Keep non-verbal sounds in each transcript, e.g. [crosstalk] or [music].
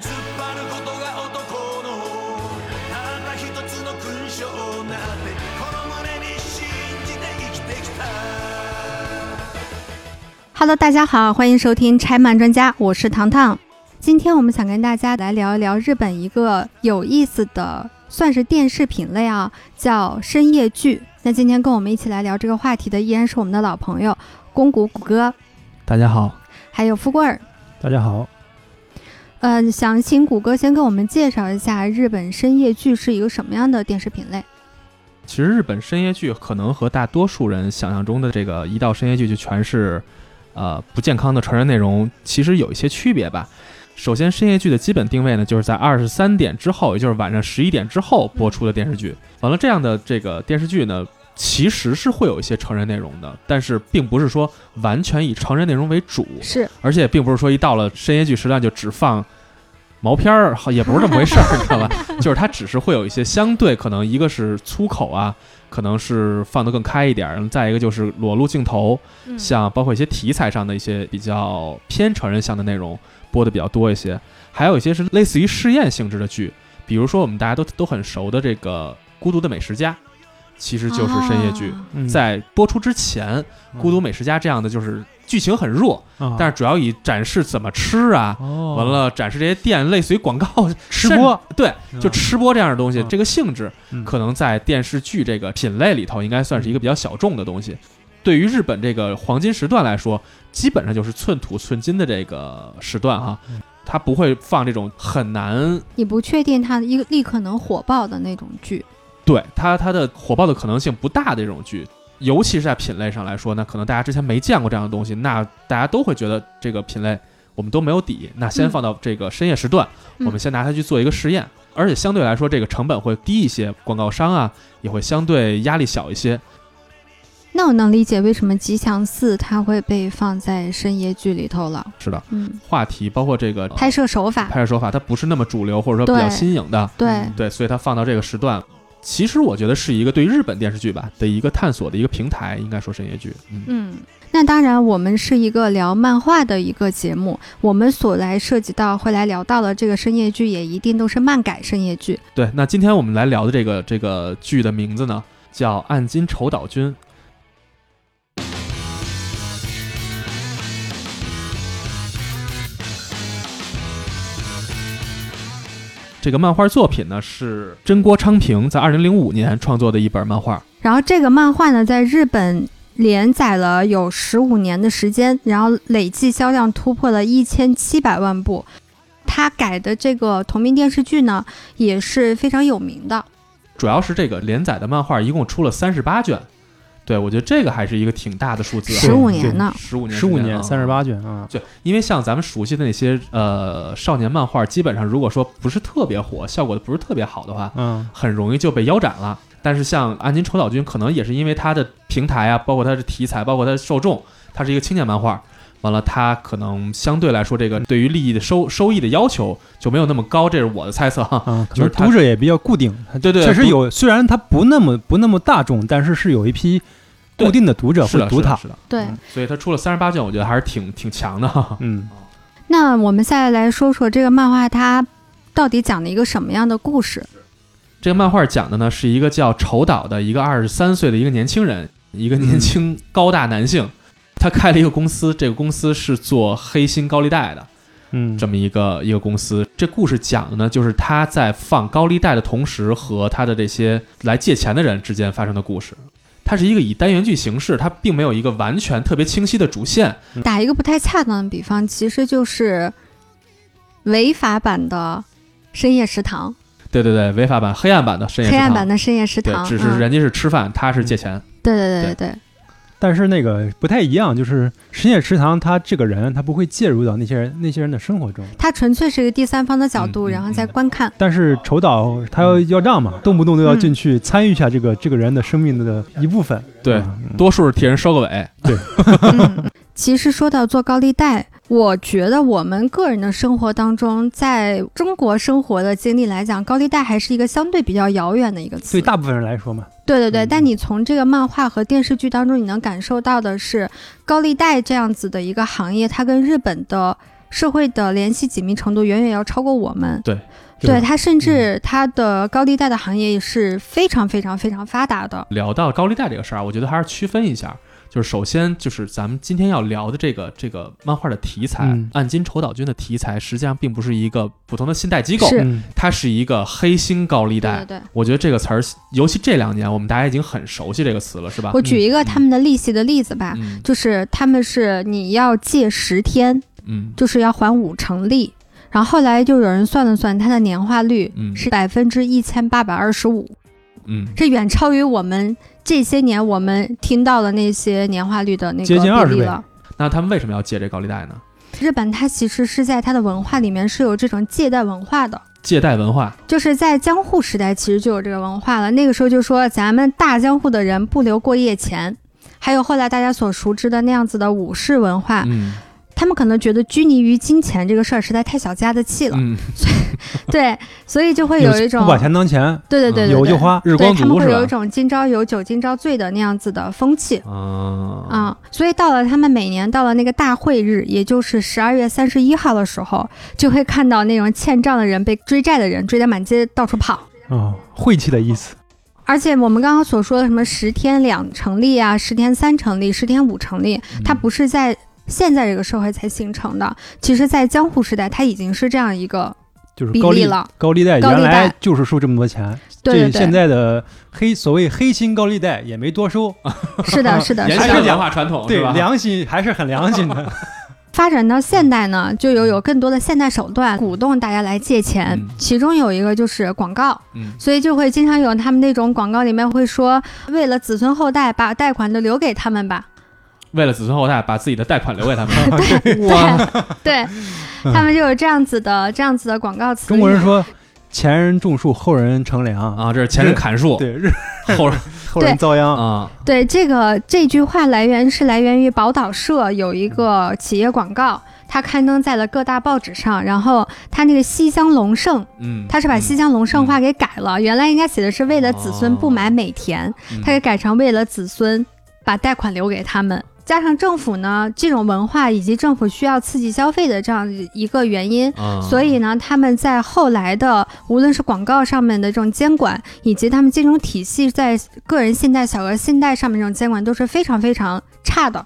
張ることが男のただ一つの勲章なんてこの胸に信じて生きてきた Hello，大家好，欢迎收听拆漫专家，我是糖糖。今天我们想跟大家来聊一聊日本一个有意思的，算是电视品类啊，叫深夜剧。那今天跟我们一起来聊这个话题的，依然是我们的老朋友宫谷谷歌，大家好，还有富贵儿。大家好，呃，想请谷歌先给我们介绍一下日本深夜剧是一个什么样的电视品类。其实日本深夜剧可能和大多数人想象中的这个一到深夜剧就全是，呃，不健康的成人内容，其实有一些区别吧。首先，深夜剧的基本定位呢，就是在二十三点之后，也就是晚上十一点之后播出的电视剧。完了，这样的这个电视剧呢，其实是会有一些成人内容的，但是并不是说完全以成人内容为主，是，而且并不是说一到了深夜剧时段就只放毛片儿，好也不是这么回事儿，你知道吧？就是它只是会有一些相对可能，一个是粗口啊，可能是放得更开一点儿，然后再一个就是裸露镜头，嗯像包括一些题材上的一些比较偏成人向的内容播的比较多一些，还有一些是类似于试验性质的剧，比如说我们大家都都很熟的这个《孤独的美食家》，其实就是深夜剧。啊嗯在播出之前，《孤独美食家》这样的就是剧情很弱，啊，但是主要以展示怎么吃啊，哦，完了展示这些店类似于广告吃播，甚对，就吃播这样的东西，嗯这个性质嗯可能在电视剧这个品类里头应该算是一个比较小众的东西。对于日本这个黄金时段来说，基本上就是寸土寸金的这个时段哈嗯，它不会放这种很难你不确定它一个立刻能火爆的那种剧。对它它的火爆的可能性不大的这种剧，尤其是在品类上来说呢，可能大家之前没见过这样的东西，那大家都会觉得这个品类我们都没有底，那先嗯放到这个深夜时段，嗯我们先拿它去做一个实验，而且相对来说这个成本会低一些，广告商啊也会相对压力小一些。那我能理解为什么《吉祥寺》它会被放在深夜剧里头了。是的，嗯，话题包括这个拍摄手法，哦拍摄手法，它不是那么主流或者说比较对新颖的，嗯对，对，所以它放到这个时段。其实我觉得是一个对日本电视剧吧的一个探索的一个平台，应该说深夜剧，嗯，嗯。那当然，我们是一个聊漫画的一个节目，我们所来涉及到会来聊到了这个深夜剧，也一定都是漫改深夜剧。对，那今天我们来聊的这个这个剧的名字呢，叫《暗金丑岛君》。这个漫画作品呢是真锅昌平在二零零五年创作的一本漫画，然后这个漫画呢，在日本连载了有十五年的时间，然后累计销量突破了一千七百万部。他改的这个同名电视剧呢，也是非常有名的。主要是这个连载的漫画一共出了三十八卷，对我觉得这个还是一个挺大的数字、十啊，五年呢，十五年，十五年三十八。八卷啊，对，因为像咱们熟悉的那些呃少年漫画，基本上如果说不是特别火，效果不是特别好的话，嗯，很容易就被腰斩了。但是像《暗金丑岛君》，可能也是因为它的平台啊，包括它的题材，包括它的受众，它是一个青年漫画。完了，它可能相对来说，这个对于利益的收收益的要求就没有那么高，这是我的猜测哈。啊，可就是能他读者也比较固定，他对对确实读有，虽然它不那么不那么大众，但是是有一批对固定的读者是会的，读是的，它，是的。对，嗯所以它出了三十八卷，我觉得还是挺挺强的。哈哈。嗯，那我们下来来说说这个漫画它到底讲了一个什么样的故事？这个漫画讲的呢是一个叫丑岛的一个二十三岁的一个年轻人，一个年轻高大男性，他开了一个公司，这个公司是做黑心高利贷的嗯，这么一个一个公司。这故事讲的呢就是他在放高利贷的同时，和他的这些来借钱的人之间发生的故事。它是一个以单元剧形式，它并没有一个完全特别清晰的主线。打一个不太恰当的比方，其实就是违法版的深夜食堂，对对对，违法版、黑暗版的深夜黑食暗堂，版的深夜食对，堂，只是嗯人家是吃饭，他是借钱。对对对对对，但是那个不太一样，就是深夜食堂，他这个人他不会介入到那些人那些人的生活中，它纯粹是一个第三方的角度，嗯嗯然后再观 [laughs] 看。但是丑岛他要嗯要账嘛，动不动都要嗯进去参与一下这个这个人的生命的一部分，对嗯，嗯多数是替人收个尾。嗯，其实说到做高利贷，我觉得我们个人的生活当中，在中国生活的经历来讲，高利贷还是一个相对比较遥远的一个词。对大部分人来说嘛，对对对嗯但你从这个漫画和电视剧当中，你能感受到的是，高利贷这样子的一个行业，它跟日本的社会的联系紧密程度远远要超过我们。对，对对，它甚至它的高利贷的行业也是非常非常非常发达的。聊到高利贷这个事儿啊，我觉得还是区分一下。就是首先，就是咱们今天要聊的这个这个漫画的题材，嗯暗金丑岛君的题材，实际上并不是一个普通的信贷机构，是嗯它是一个黑心嗯高利对贷。对对，我觉得这个词儿，尤其这两年，我们大家已经很熟悉这个词了，是吧？我举一个他们的利息的例子吧，嗯就是他们是你要借十天，嗯就是要还五成利。然后后来就有人算了算，它的年化率嗯是百分之一千八百二十五，嗯，这远超于我们这些年我们听到的那些年化率的那个接近20比例倍了。那他们为什么要借这高利贷呢？日本它其实是在它的文化里面是有这种借贷文化的，借贷文化，就是在江户时代其实就有这个文化了。那个时候就说咱们大江户的人不留过夜钱，还有后来大家所熟知的那样子的武士文化，嗯他们可能觉得拘泥于金钱这个事儿实在太小家子气了，嗯，对，所以就会有一种不把钱当钱，对对对对有对就花。日对光他们族会是有一吧？种今朝有酒今朝醉的那样子的风气。啊啊、所以到了他们每年到了那个大会日，也就是十二月三十一号的时候，就会看到那种欠账的人被追债的人追得满街到处跑。啊，晦气的意思。而且我们刚刚所说的什么十天两成立啊，十天三成立，十天五成立，嗯它不是在现在这个社会才形成的，其实，在江户时代，它已经是这样一个就是比高例利了。高利贷高利原来贷就是收这么多钱，对对这现对，在的黑所谓黑心高利贷也没多收，是的，是 [laughs] 的，延是续还的是。文化传统，对哦是吧？良心还是很良 [laughs] 心的。发展到现代呢，就有有更多的现代手段鼓动大家来借钱，嗯其中有一个就是广告。嗯所以就会经常有他们那种广告里面会说，为了子孙后代，把贷款都留给他们吧。为了子孙后代，把自己的贷款留给他 [laughs] 们。哇，对 [laughs] 对，他们就有这样子的这样子的广告词语。中国人说前人种树，后人乘凉。啊，这是前人砍树，对，日后人后人遭殃。啊，对这个这句话来源是来源于宝岛社有一个企业广告，它刊登在了各大报纸上。然后它那个西乡隆盛，嗯，它是把西乡隆盛话给改了，原来应该写的是为了子孙不买美田，嗯它给改成为了子孙把贷款留给他们。加上政府呢这种文化以及政府需要刺激消费的这样一个原因，啊，所以呢，他们在后来的无论是广告上面的这种监管，以及他们金融体系在个人信贷、小额信贷上面这种监管都是非常非常差的，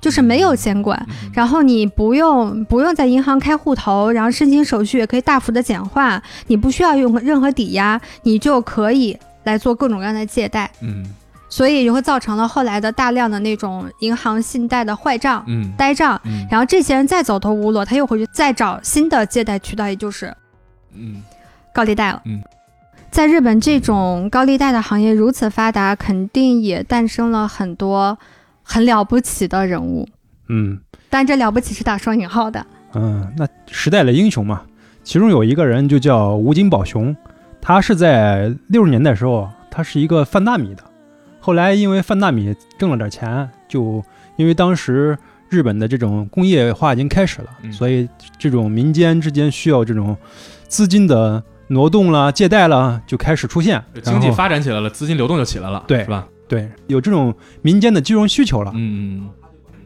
就是没有监管。嗯然后你不用不用在银行开户头，然后申请手续也可以大幅的简化，你不需要用任何抵押，你就可以来做各种各样的借贷，嗯所以就会造成了后来的大量的那种银行信贷的坏账、嗯呆账。嗯然后这些人再走投无路，他又回去再找新的借贷渠道，也就是嗯高利贷了。嗯，在日本这种高利贷的行业如此发达，肯定也诞生了很多很了不起的人物。嗯但这了不起是打双引号的。嗯，那时代的英雄嘛，其中有一个人就叫吴金宝雄，他是在六十年代时候，他是一个贩大米的，后来因为贩大米挣了点钱，就因为当时日本的这种工业化已经开始了，嗯所以这种民间之间需要这种资金的挪动啦、借贷啦，就开始出现，嗯，然经后济发展起来了，资金流动就起来了，对是吧？对有这种民间的金融需求了，嗯嗯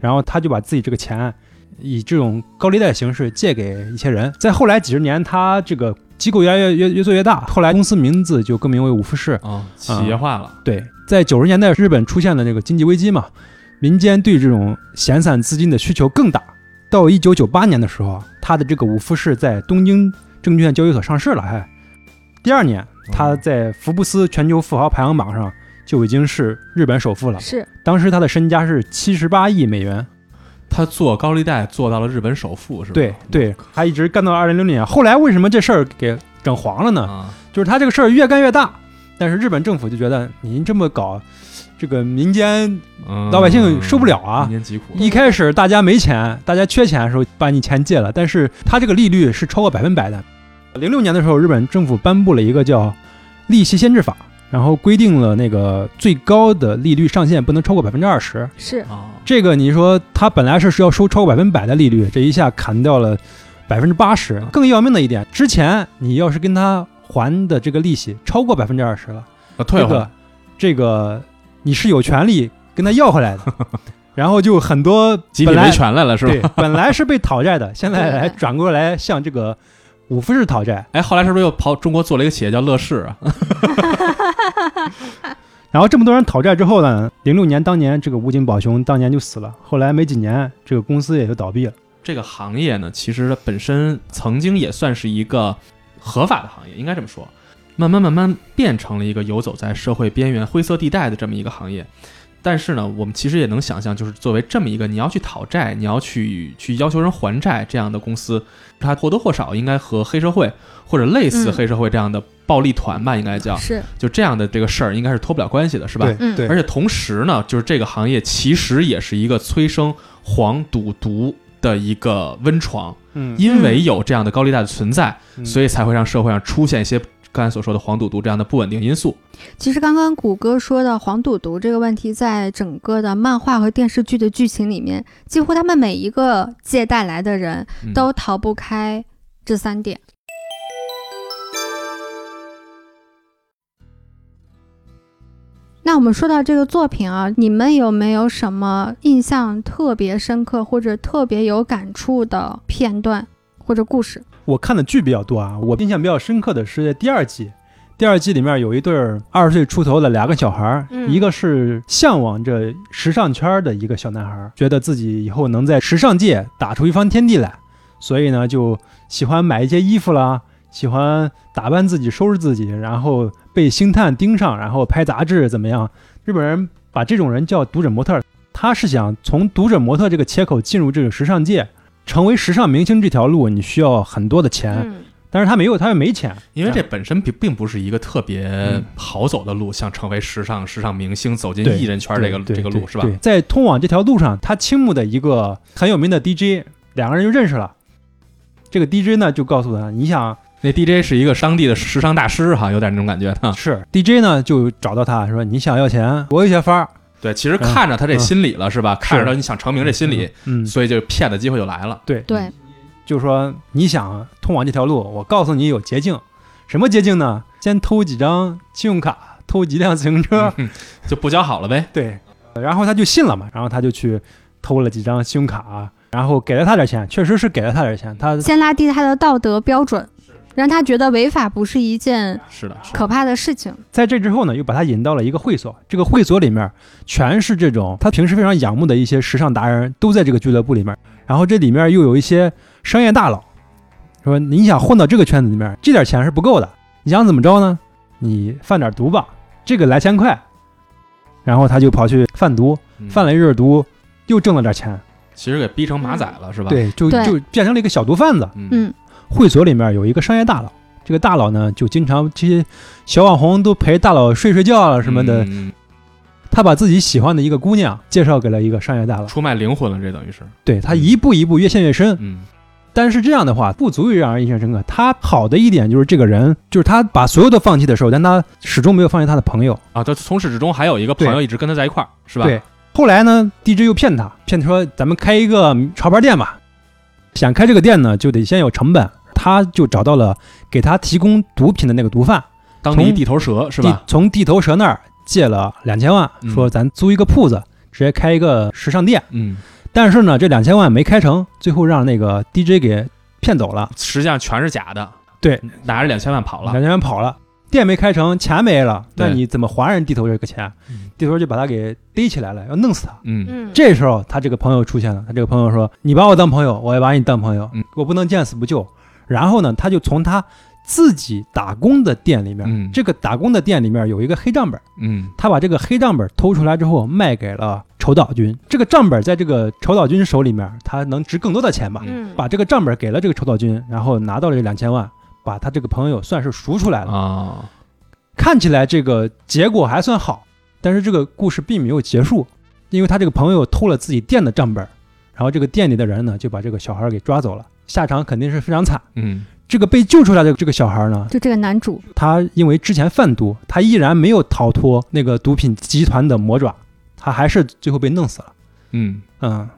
然后他就把自己这个钱以这种高利贷形式借给一些人。在后来几十年，他这个机构越来越越越做越大，后来公司名字就更名为五富士。嗯啊，企业化了，对，在九十年代日本出现了这个经济危机嘛，民间对这种闲散资金的需求更大。到一九九八年的时候，他的这个五富士在东京证券交易所上市了，还第二年，他在福布斯全球富豪排行榜上就已经是日本首富了。是当时他的身家是七十八亿美元，他做高利贷做到了日本首富，是吧？嗯对对，他一直干到二零零零年。后来为什么这事儿给整黄了呢？啊，就是他这个事儿越干越大，但是日本政府就觉得您这么搞，这个民间嗯老百姓受不了啊民间疾苦，一开始大家没钱，大家缺钱的时候把你钱借了，但是他这个利率是超过百分百的。零六年的时候，日本政府颁布了一个叫《利息限制法》，然后规定了那个最高的利率上限不能超过百分之二十。是，啊，这个你说他本来是是要收超过百分百的利率，这一下砍掉了百分之八十。更要命的一点，之前你要是跟他还的这个利息超过百分之二十了，啊退这回来 [laughs] 个这个你是有权利跟他要回来的。然后就很多集体本来维权来了是对 [laughs] 吧？，本来是被讨债的，现在对 [laughs] 来转过来向这个五富士讨债。哎，后来是不是又跑中国做了一个企业叫乐视啊？然后这么多人讨债之后呢，零六年当年这个吴金宝兄当年就死了，后来没几年这个公司也就倒闭了。这个行业呢，其实它本身曾经也算是一个合法的行业，应该这么说。慢慢慢慢变成了一个游走在社会边缘、灰色地带的这么一个行业。但是呢，我们其实也能想象，就是作为这么一个你要去讨债、你要去去要求人还债这样的公司，它或多或少应该和黑社会或者类似嗯黑社会这样的暴力团吧，应该叫是就这样的这个事儿，应该是脱不了关系的，是吧？嗯对而且同时呢，就是这个行业其实也是一个催生黄赌毒的一个温床，嗯，因为有这样的高利贷的存在，嗯所以才会让社会上出现一些刚才所说的黄赌毒这样的不稳定因素。其实刚刚谷歌说的黄赌毒这个问题，在整个的漫画和电视剧的剧情里面，几乎他们每一个借贷来的人嗯都逃不开这三点。那我们说到这个作品啊，你们有没有什么印象特别深刻或者特别有感触的片段或者故事？我看的剧比较多啊，我印象比较深刻的是第二季。第二季里面有一对儿二十岁出头的两个小孩儿，嗯一个是向往着时尚圈儿的一个小男孩儿，觉得自己以后能在时尚界打出一番天地来，所以呢就喜欢买一些衣服啦，喜欢打扮自己、收拾自己，然后被星探盯上，然后拍杂志怎么样？日本人把这种人叫读者模特儿，他是想从读者模特这个切口进入这个时尚界，成为时尚明星这条路，你需要很多的钱，嗯，但是他没有，他又没钱，因为这本身并并不是一个特别嗯好走的路，想成为时尚时尚明星、走进对艺人圈这个这个路是吧对，？在通往这条路上，他倾慕的一个很有名的 DJ，两个人就认识了。这个 DJ 呢，就告诉他，你想那 DJ 是一个当地的时尚大师哈，有点那种感觉哈。是 DJ 呢，就找到他说，你想要钱，我有些法儿，对，其实看着他这心理了是吧？看着他你想成名这心理，嗯，所以就骗的机会就来 [laughs] 了。对，对，就说你想通往这条路，我告诉你有捷径，什么捷径呢？先偷几张信用卡，偷几辆自行车，嗯就不交好了呗。对，然后他就信了嘛，然后他就去偷了几张信用卡，然后给了他点钱，确实是给了他点钱，他先拉低他的道德标准，让他觉得违法不是一件是的，是的可怕的事情。在这之后呢，又把他引到了一个会所，这个会所里面全是这种他平时非常仰慕的一些时尚达人，都在这个俱乐部里面。然后这里面又有一些商业大佬，说你想混到这个圈子里面，这点钱是不够的，你想怎么着呢？你贩点毒吧，这个来钱快。然后他就跑去贩毒，嗯贩了一阵毒，又挣了点钱，其实给逼成马仔了是吧？，对，就对就变成了一个小毒贩子。嗯，嗯，会所里面有一个商业大佬，这个大佬呢，就经常这些小网红都陪大佬睡睡觉啊了什么的。嗯，他把自己喜欢的一个姑娘介绍给了一个商业大佬，出卖灵魂了，这等于是，对他一步一步越陷越深。嗯，但是这样的话不足以让人印象深刻。他好的一点就是这个人，就是他把所有的放弃的时候，但他始终没有放弃他的朋友。啊，他从始至终还有一个朋友一直跟他在一块儿，是吧？对，后来呢，DJ 又骗他，骗他说咱们开一个潮牌店吧。想开这个店呢，就得先有成本。他就找到了给他提供毒品的那个毒贩，当地从地头蛇是地吧？从地头蛇那儿借了两千万，嗯说咱租一个铺子，直接开一个时尚店。嗯，但是呢，这两千万没开成，最后让那个 DJ 给骗走了，实际上全是假的，对，拿着两千万跑两了，千万跑了，店没开成，钱没了，对那你怎么还人地头这个钱嗯？地头就把他给逮起来了，要弄死他。嗯，嗯，这时候他这个朋友出现了，他这个朋友说：“你把我当朋友，我也把你当朋友嗯，我不能见死不救。”然后呢，他就从他自己打工的店里面嗯，这个打工的店里面有一个黑账本。嗯，他把这个黑账本偷出来之后，卖给了丑岛君。这个账本在这个丑岛君手里面，他能值更多的钱吧？嗯，把这个账本给了这个丑岛君，然后拿到了这两千万，把他这个朋友算是赎出来了。啊，看起来这个结果还算好，但是这个故事并没有结束，因为他这个朋友偷了自己店的账本，然后这个店里的人呢就把这个小孩给抓走了，下场肯定是非常惨。嗯，这个被救出来的这个小孩呢，就这个男主，他因为之前贩毒，他依然没有逃脱那个毒品集团的魔爪，他还是最后被弄死了。嗯，嗯，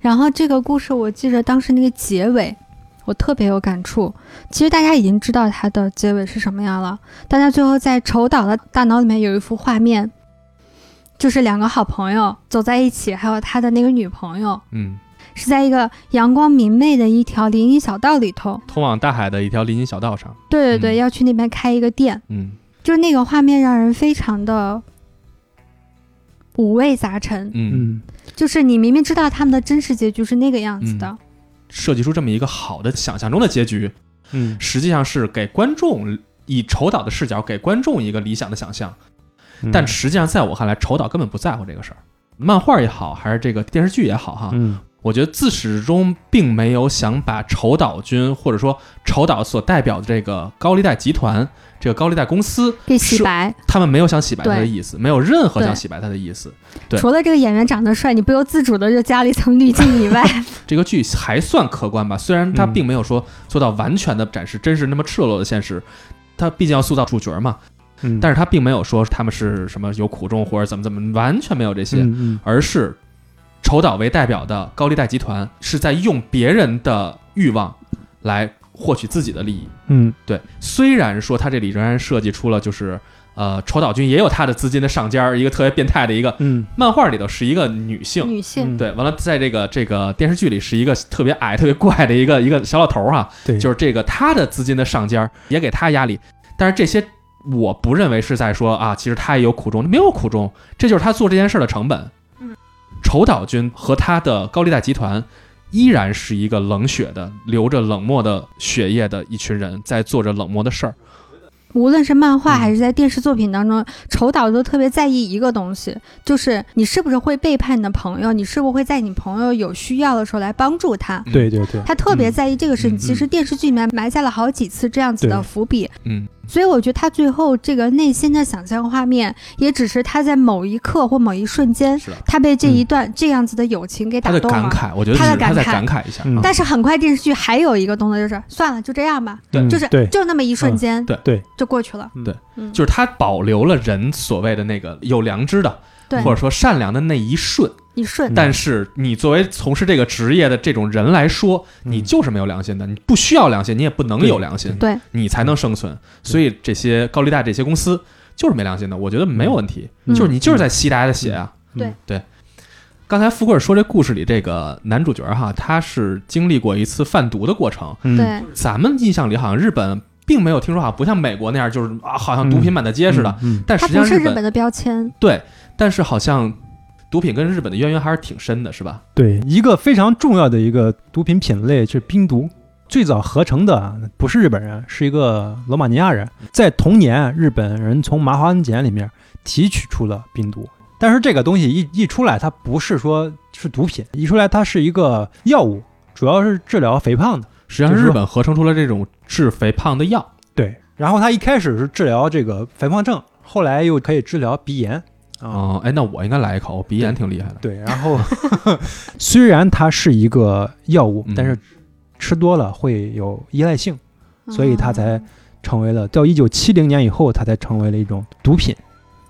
然后这个故事我记着当时那个结尾，我特别有感触。其实大家已经知道它的结尾是什么样了，但它最后在丑岛的大脑里面有一幅画面，就是两个好朋友走在一起，还有他的那个女朋友，嗯，是在一个阳光明媚的一条林荫小道里头。通往大海的一条林荫小道上，对对对，嗯要去那边开一个店，嗯就是那个画面让人非常的五味杂陈。嗯，嗯，就是你明明知道他们的真实结局是那个样子的，设计出这么一个好的想象中的结局，嗯，实际上是给观众以丑导的视角给观众一个理想的想象，嗯但实际上在我看来，丑导根本不在乎这个事儿。漫画也好，还是这个电视剧也好，哈，嗯我觉得自始至终并没有想把丑岛君或者说丑岛所代表的这个高利贷集团、这个高利贷公司，给洗白。他们没有想洗白他的对意思，没有任何想对洗白他的意思。对除了这个演员长得帅，你不由自主的就加了一层滤镜以 [laughs] 外， [laughs] 这个剧还算客观吧，虽然它嗯并没有说做到完全的展示真实那么赤裸裸的现实，它毕竟要塑造主角嘛，嗯，但是是它并没有说他们是什么有苦衷或者怎么怎么，完全没有这些。嗯而是丑岛为代表的高利贷集团是在用别人的欲望来获取自己的利益。嗯对，虽然说它这里仍然设计出了就是呃丑岛君也有他的资金的上家儿，一个特别变态的一个嗯漫画里头是一个女性。女性嗯对，完了，在这个这个电视剧里是一个特别矮、特别怪的一个一个小老头儿、哈，对，就是这个他的资金的上家儿也给他压力，但是这些我不认为是在说啊，其实他也有苦衷，没有苦衷，这就是他做这件事儿的成本。嗯，丑岛君和他的高利贷集团依然是一个冷血的、流着冷漠的血液的一群人，在做着冷漠的事儿。无论是漫画嗯还是在电视作品当中，丑导都特别在意一个东西，就是你是不是会背叛你的朋友，你是不是会在你朋友有需要的时候来帮助他。嗯对对对，他特别在意这个事情，嗯其实电视剧里面埋下了好几次这样子的对伏笔，嗯所以我觉得他最后这个内心的想象画面，也只是他在某一刻或某一瞬间，是的，他被这一段这样子的友情给他打的动感了。慨，我觉得只他是的他在感感慨一下。嗯啊但是很快电视剧还有一个动作就是算了，就这样吧，嗯就是对，就那么一瞬间，嗯对对就过去了。对嗯，就是他保留了人所谓的那个有良知的，对或者说善良的那一瞬，一瞬嗯，但是你作为从事这个职业的这种人来说，嗯你就是没有良心的，你不需要良心，你也不能对有良心，对，你才能生存。所以这些高利贷这些公司就是没良心的，我觉得没有问题，嗯就是你就是在吸大家的血啊。嗯对刚才富贵尔说这故事里这个男主角哈，他是经历过一次贩毒的过程。嗯对，咱们印象里好像日本并没有听说，好像不像美国那样，就是啊，好像毒品满大街似的。，嗯但实它际上不是日日本本的标签，对，但是好像毒品跟日本的渊源还是挺深的，是吧？对，一个非常重要的一个毒品品类就是冰毒，最早合成的啊不是日本人，是一个罗马尼亚人。在同年，日本人从麻黄碱里面提取出了冰毒，但是这个东西一一出来，它不是说是毒品，一出来它是一个药物，主要是治疗肥胖的。实际上，就是日说本合成出了这种治肥胖的药对，然后它一开始是治疗这个肥胖症，后来又可以治疗鼻炎啊。哦，哎，那我应该来一口，我鼻炎对挺厉害的。对，然后 [laughs] 虽然它是一个药物嗯，但是吃多了会有依赖性。所以它才嗯成为了到一九七零年以后，它才成为了一种毒品。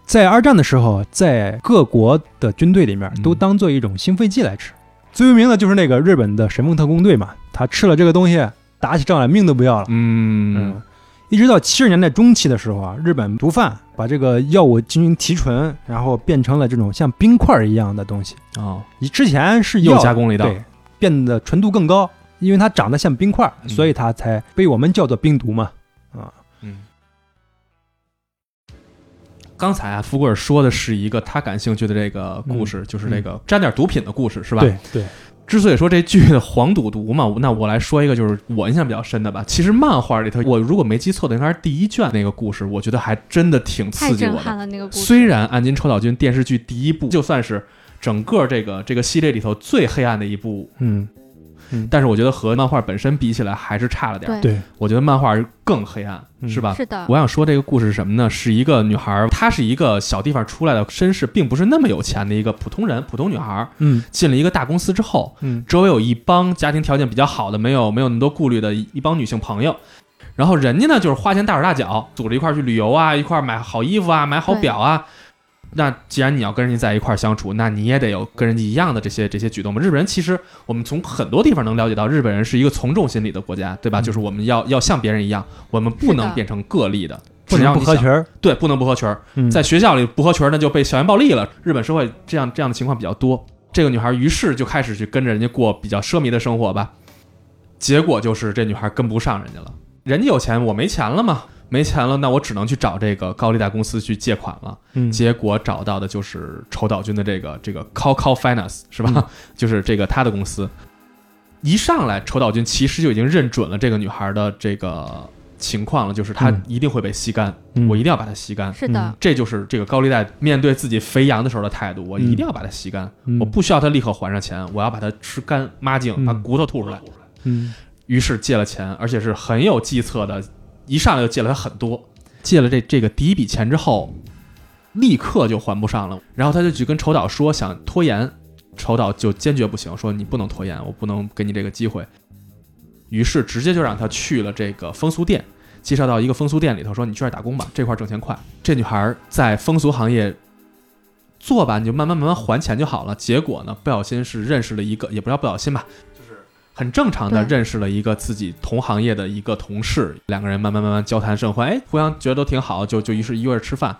在二战的时候，在各国的军队里面嗯都当做一种兴奋剂来吃。最有名的就是那个日本的神风特工队嘛，他吃了这个东西，打起仗来命都不要了。嗯，，一直到七十年代中期的时候啊，日本毒贩把这个药物进行提纯，然后变成了这种像冰块儿一样的东西。哦，你之前是又药加工了一道对，变得纯度更高，因为它长得像冰块儿，嗯所以它才被我们叫做冰毒嘛。嗯。刚才啊，富贵尔说的是一个他感兴趣的这个故事，就是这个沾点毒品的故事，是吧？。嗯对对，之所以说这剧的黄赌毒嘛，那我来说一个就是我印象比较深的吧。其实漫画里头，我如果没记错的，应该是第一卷那个故事，我觉得还真的挺太刺激震我的撼。了那个故事。虽然《暗金丑岛君》电视剧第一部就算是整个这个这个系列里头最黑暗的一部，嗯，但是我觉得和漫画本身比起来还是差了点儿。对，对，我觉得漫画更黑暗，嗯是吧？是的，我想说这个故事是什么呢？是一个女孩儿，她是一个小地方出来的，身世并不是那么有钱的一个普通人，普通女孩儿嗯进了一个大公司之后，嗯周围有一帮家庭条件比较好的，没有没有那么多顾虑的一一帮女性朋友。然后人家呢，就是花钱大手大脚，组织一块儿去旅游啊，一块儿买好衣服啊，买好表啊。那既然你要跟人家在一块儿相处，那你也得有跟人家一样的这些这些举动嘛。日本人其实我们从很多地方能了解到，日本人是一个从众心理的国家，对吧？嗯就是我们要要像别人一样，我们不是的能变成个例的。不只能要不你合群想，儿。对，不能不合群儿。嗯，在学校里不合群儿，那就被校园暴力了。日本社会这样这样的情况比较多。这个女孩于是就开始去跟着人家过比较奢靡的生活吧，结果就是这女孩跟不上人家了。人家有钱，我没钱了嘛，没钱了，那我只能去找这个高利贷公司去借款了。嗯结果找到的就是丑岛君的这个这个 Call Call Finance 是吧？嗯 [laughs] 就是这个他的公司。一上来，丑岛君其实就已经认准了这个女孩的这个情况了，就是她嗯一定会被吸干，嗯我一定要把她吸干。是的，这就是这个高利贷面对自己肥羊的时候的态度，我一定要把它吸干，嗯我不需要他立刻还上钱，我要把它吃干抹净，嗯把骨头吐出来。嗯于是借了钱，而且是很有计策的，一上来就借了他很多。借了这这个第一笔钱之后，立刻就还不上了，然后他就去跟丑岛说想拖延，丑岛就坚决不行，说你不能拖延，我不能给你这个机会。于是直接就让他去了这个风俗店，介绍到一个风俗店里头，说你去这儿打工吧，这块儿挣钱快。这女孩儿在风俗行业做吧，你就慢慢慢慢还钱就好了。结果呢，不小心是认识了一个，也不叫不小心吧，就是很正常的对认识了一个自己同行业的一个同事，两个人慢慢慢慢交谈甚欢，哎，互相觉得都挺好，就就于是一块儿吃饭。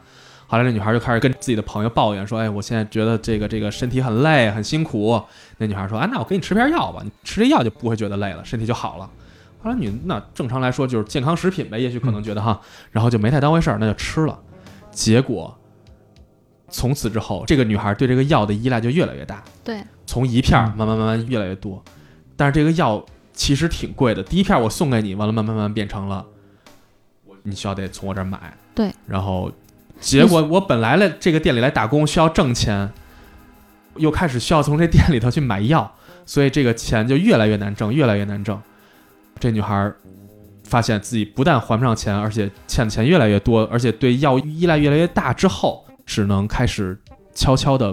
后来这女孩就开始跟自己的朋友抱怨说：“哎，我现在觉得这个这个身体很累，很辛苦。”那女孩说：“啊，那我给你吃片药吧，你吃这药就不会觉得累了，身体就好了。”后来你那正常来说就是健康食品呗，也许可能觉得哈，然后就没太当回事儿，那就吃了。结果从此之后，这个女孩对这个药的依赖就越来越大，对，从一片儿嗯慢慢慢慢越来越多。但是这个药其实挺贵的，第一片我送给你，完了慢慢慢慢变成了，我你需要得从我这儿买。对，然后结果我本来来这个店里来打工需要挣钱，又开始需要从这店里头去买药，所以这个钱就越来越难挣，越来越难挣。这女孩儿发现自己不但还不上钱，而且欠的钱越来越多，而且对药依赖越来越大之后，只能开始悄悄的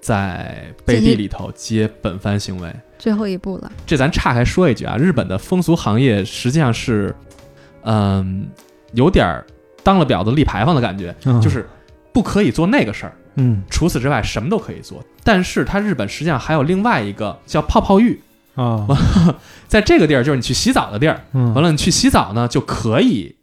在背地里头接本番行为。最后一步了，这咱岔开说一句啊，日本的风俗行业实际上是，嗯，有点儿当了婊子立牌坊的感觉，嗯就是不可以做那个事儿，嗯除此之外什么都可以做。但是它日本实际上还有另外一个叫泡泡浴，啊，嗯在这个地儿就是你去洗澡的地儿，完完了，你去洗澡呢就可以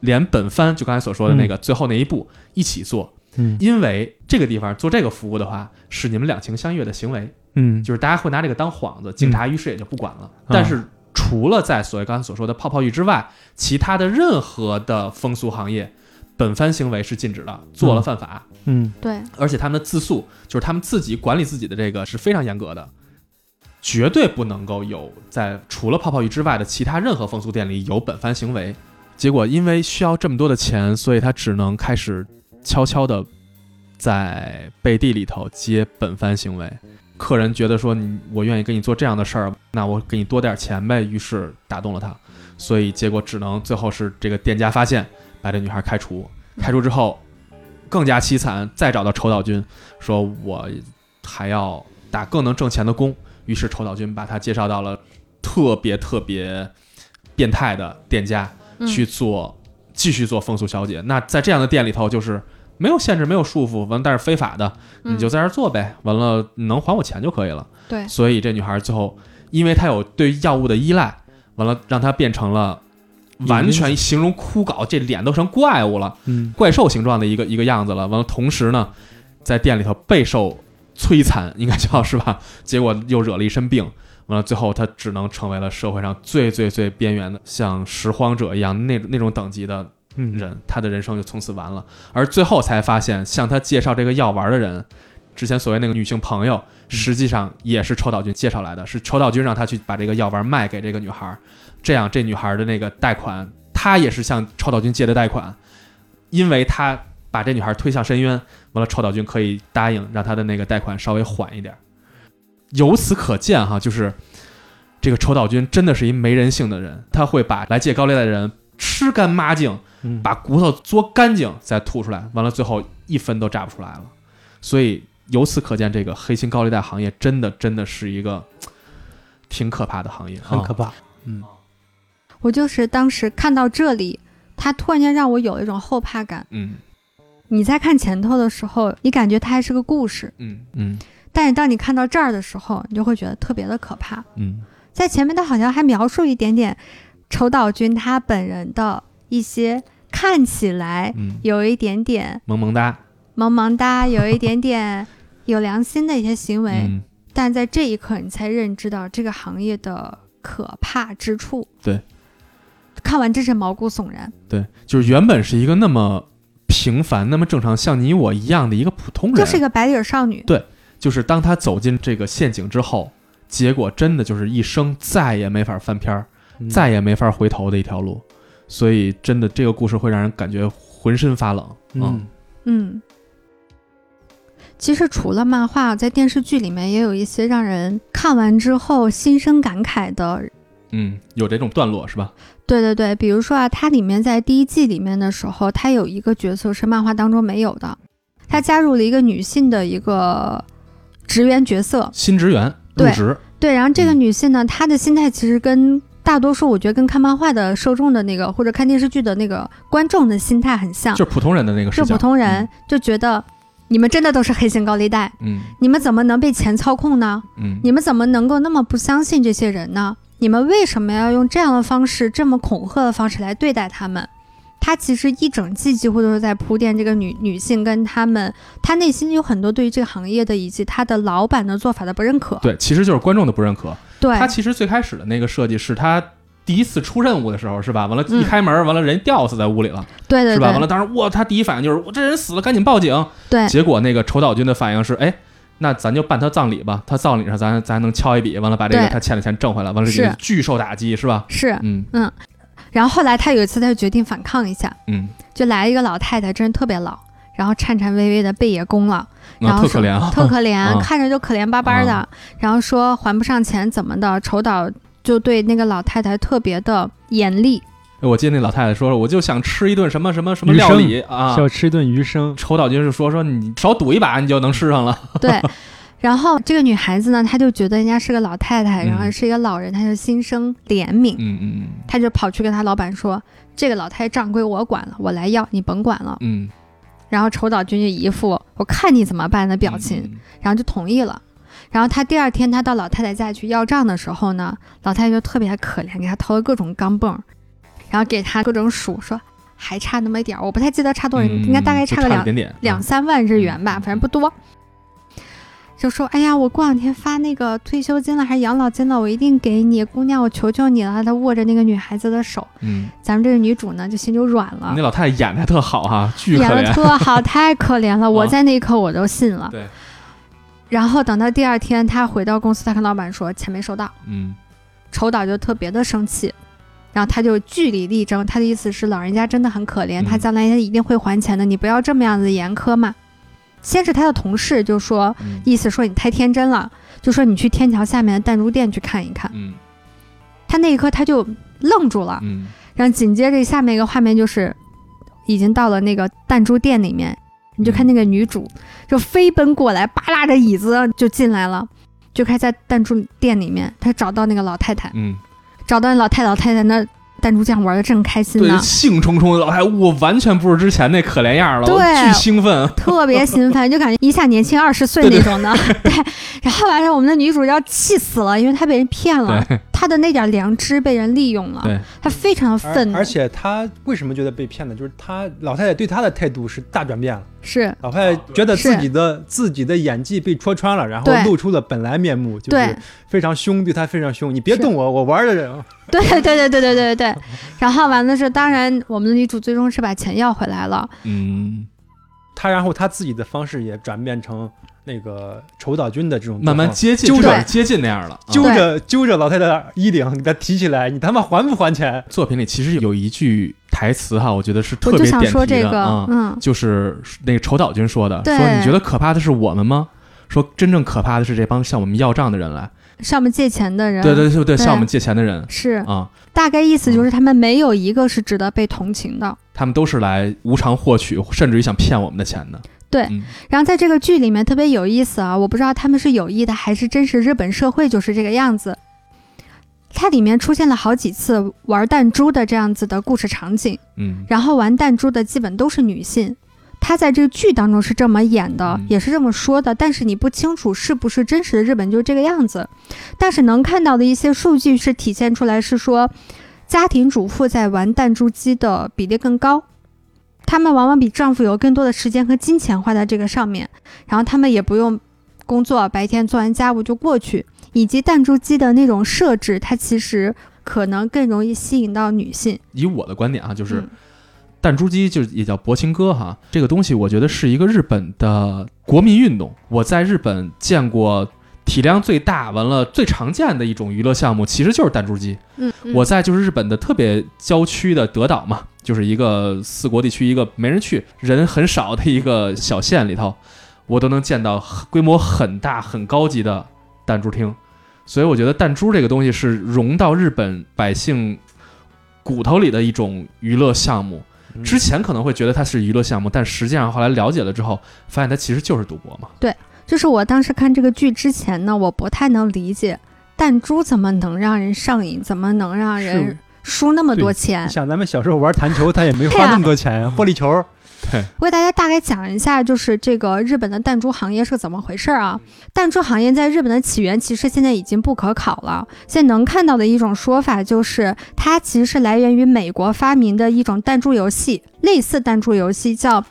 连本番，就刚才所说的那个、最后那一步一起做，嗯因为这个地方做这个服务的话，是你们两情相悦的行为，嗯就是大家会拿这个当幌子，警察于是也就不管了。但是除了在所谓刚才所说的泡泡浴之外，其他的任何的风俗行业，本番行为是禁止的，做了犯法，嗯对，而且他们的自诉就是他们自己管理自己的这个是非常严格的。绝对不能够有在除了泡泡浴之外的其他任何风俗店里有本番行为。结果因为需要这么多的钱，所以他只能开始悄悄的在背地里头接本番行为。客人觉得说你我愿意跟你做这样的事儿，那我给你多点钱呗，于是打动了他，所以结果只能最后是这个店家发现，把这女孩开除。开除之后，更加凄惨，再找到丑岛君，说我还要打更能挣钱的工，于是丑岛君把他介绍到了特别特别变态的店家，嗯去做继续做风俗小姐。那在这样的店里头，就是没有限制，没有束缚，完但是非法的，嗯你就在这儿做呗，完了你能还我钱就可以了。对所以这女孩最后，因为她有对药物的依赖，完了让她变成了完全形容枯槁，这脸都成怪物了，嗯怪兽形状的一个一个样子了。完了，同时呢，在店里头备受摧残，应该叫是吧？结果又惹了一身病。完了，最后她只能成为了社会上最最最边缘的，像拾荒者一样那那种等级的嗯人，他的人生就从此完了。而最后才发现，向他介绍这个药丸的人，之前所谓那个女性朋友，实际上也是丑岛君介绍来的，是丑岛君让他去把这个药丸卖给这个女孩儿，这样这女孩儿的那个贷款，他也是向丑岛君借的贷款，因为他把这女孩儿推向深渊，完了丑岛君可以答应让他的那个贷款稍微缓一点儿。由此可见哈，就是这个丑岛君真的是一没人性的人，他会把来借高利贷的人吃干抹净。嗯把骨头嘬干净再吐出来，完了最后一分都榨不出来了。所以由此可见，这个黑心高利贷行业真的真的是一个嘖挺可怕的行业，很可啊、怕，我就是当时看到这里，他突然间让我有一种后怕感。嗯你在看前头的时候，你感觉它还是个故事，嗯嗯但是当你看到这儿的时候，你就会觉得特别的可怕。嗯在前面他好像还描述一点点丑岛君他本人的一些看起来嗯，有一点点萌萌哒，萌萌哒，有一点点有良心的一些行为，嗯，但在这一刻，你才认知到这个行业的可怕之处。对，看完真是毛骨悚然。对，就是原本是一个那么平凡、那么正常，像你我一样的一个普通人，就是一个白领少女，就是当他走进这个陷阱之后，结果真的就是一生再也没法翻篇儿，嗯再也没法回头的一条路。所以，真的这个故事会让人感觉浑身发冷。嗯，嗯。其实除了漫画，在电视剧里面也有一些让人看完之后心生感慨的。嗯，有这种段落是吧？对对对，比如说啊，它里面在第一季里面的时候，它有一个角色是漫画当中没有的，它加入了一个女性的一个职员角色，新职员入对职，对，然后这个女性呢，她的心态其实跟大多数我觉得跟看漫画的受众的那个或者看电视剧的那个观众的心态很像，就是嗯普通人的那个视啊就角，普通人就觉得你们真的都是黑心高利贷，嗯。你们怎么能被钱操控呢？嗯嗯，你们怎么能够那么不相信这些人呢？你们为什么要用这样的方式、这么恐吓的方式来对待他们？他其实一整季几乎都是在铺垫这个女女性跟他们，她内心有很多对于这个行业的以及她的老板的做法的不认可。对，其实就是观众的不认可。对，他其实最开始的那个设计是他第一次出任务的时候，是吧？完了，嗯一开门，完了人吊死在屋里了，对对是对，吧？完了，当时哇，他第一反应就是我这人死了，赶紧报警。对，结果那个筹岛君的反应是，哎，那咱就办他葬礼吧，他葬礼上咱咱能敲一笔，完了把这个对他欠的钱挣回来，完了是这个巨受打击，是吧？是，嗯然后后来他有一次，他就决定反抗一下，嗯，就来一个老太太，真是特别老，然后颤颤巍巍的背也弓了，然啊，后特说可怜啊， [laughs] 特可怜，啊看着就可怜巴巴的，然后说还不上钱怎么的，筹导就对那个老太太特别的严厉，哎我记得那老太太说，我就想吃一顿什么什么什么余料生理啊。要吃一顿鱼生，筹岛君就说说你少赌一把，你就能吃上了。对。然后这个女孩子呢，她就觉得人家是个老太太，嗯然后是一个老人，她就心生怜悯，嗯嗯她就跑去跟她老板说：“这个老太太账归我管了，我来要，你甭管了。嗯嗯，”然后筹导君就一副我看你怎么办的表情，嗯。嗯然后就同意了。然后他第二天他到老太太家去要账的时候呢，老太太就特别可怜，给他掏了各种钢镚儿，然后给他各种数，说还差那么一点儿，我不太记得差多少，嗯应该大概就个了两一点点两啊三万日元吧，反正不多。就说哎呀，我过两天发那个退休金了还是养老金了，我一定给你，姑娘，我求求你了。他握着那个女孩子的手，嗯，咱们这个女主呢就心就软了那，老太太演的还特好哈、巨可啊演的怜。特好，太可怜了。我啊在那一刻我都信了。对。然后等到第二天，他回到公司，他跟老板说钱没收到，嗯筹导就特别的生气，然后他就据理力争，他的意思是老人家真的很可怜，嗯他将来一定会还钱的，你不要这么样子严苛嘛。先是他的同事就说，嗯意思说你太天真了，就说你去天桥下面的弹珠店去看一看。嗯他那一刻他就愣住了，嗯然后紧接着下面一个画面就是，已经到了那个弹珠店里面，你就看那个女主就飞奔过来，扒拉着椅子就进来了，就开始在弹珠店里面，她找到那个老太太，嗯，找到老太老太太那弹珠匠玩的正开心对，呢，兴冲冲的老太太，我完全不是之前那可怜样了，我对巨兴奋。特别兴奋，就感觉一下年轻二十岁那种的。 [laughs] 对然后完了，我们的女主要气死了，因为她被人骗了，啊对她的那点良知被人利用了对，她非常愤而怒，而且他为什么觉得被骗呢？就是他老太太对他的态度是大转变了，是老太太觉得是自己的自己的演技被戳穿了，然后对露出了本来面目，就对是非常凶，对他非常凶，你别是动我，我玩的人。啊对 [laughs] 对对对对对对对。然后完了是，当然我们的女主最终是把钱要回来了， [laughs] 嗯，他然后他自己的方式也转变成那个筹岛君的这种慢慢做法接近，纠有点对接近那样了。啊揪着揪着老太太的衣领给他提起来，你他妈还不还钱？作品里其实有一句台词哈，我觉得是特我就别想点说题这的个啊，，嗯，就是那个丑岛君说的，对说你觉得可怕的是我们吗？说真正可怕的是这帮向我们要账的人来，上面借钱的人，对对对对对，向我们借钱的人是啊，大概意思就是他们没有一个是值得被同情的。他们都是来无偿获取，甚至于想骗我们的钱的。对嗯然后在这个剧里面特别有意思啊，我不知道他们是有意的还是真实日本社会就是这个样子。它里面出现了好几次玩弹珠的这样子的故事场景，嗯然后玩弹珠的基本都是女性。她在这个剧当中是这么演的嗯，也是这么说的，但是你不清楚是不是真实的日本就是这个样子。但是能看到的一些数据是体现出来，是说家庭主妇在玩弹珠机的比例更高，他们往往比丈夫有更多的时间和金钱花在这个上面，然后他们也不用工作，白天做完家务就过去，以及弹珠机的那种设置，它其实可能更容易吸引到女性。以我的观点啊，就是嗯弹珠机，就是也叫薄情歌哈，这个东西我觉得是一个日本的国民运动。我在日本见过体量最大，完了最常见的一种娱乐项目，其实就是弹珠机。嗯，嗯我在就是日本的特别郊区的德岛嘛，就是一个四国地区一个没人去、人很少的一个小县里头，我都能见到很规模很大、很高级的弹珠厅。所以我觉得弹珠这个东西是融到日本百姓骨头里的一种娱乐项目。嗯之前可能会觉得它是娱乐项目，但实际上后来了解了之后，发现它其实就是赌博嘛。就是我当时看这个剧之前呢，我不太能理解弹珠怎么能让人上瘾，怎么能让人是输那么多对钱你。想咱们小时候玩弹球，他也没对花啊那么多钱，玻璃球，我给大家大概讲一下，就是这个日本的弹珠行业是怎么回事儿啊？嗯弹珠行业在日本的起源其实现在已经不可考了。现在能看到的一种说法就是，它其实是来源于美国发明的一种弹珠游戏，类似弹珠游戏叫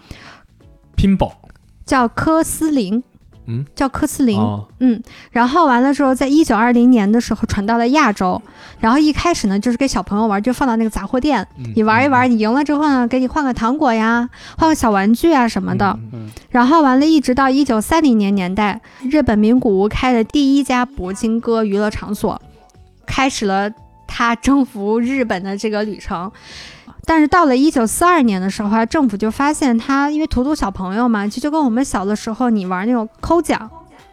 拼宝叫科斯林，嗯，叫科斯哦林，啊，嗯，然后完了之后，在一九二零年的时候传到了亚洲，然后一开始呢，就是给小朋友玩，就放到那个杂货店，嗯你玩一玩，你赢了之后呢，给你换个糖果呀，换个小玩具啊什么的。嗯嗯，然后完了，一直到一九三零年年代，日本名古屋开的第一家铂金哥娱乐场所，开始了他征服日本的这个旅程。但是到了一九四二年的时候啊，政府就发现他因为荼毒小朋友嘛，就就跟我们小的时候你玩那种抠奖，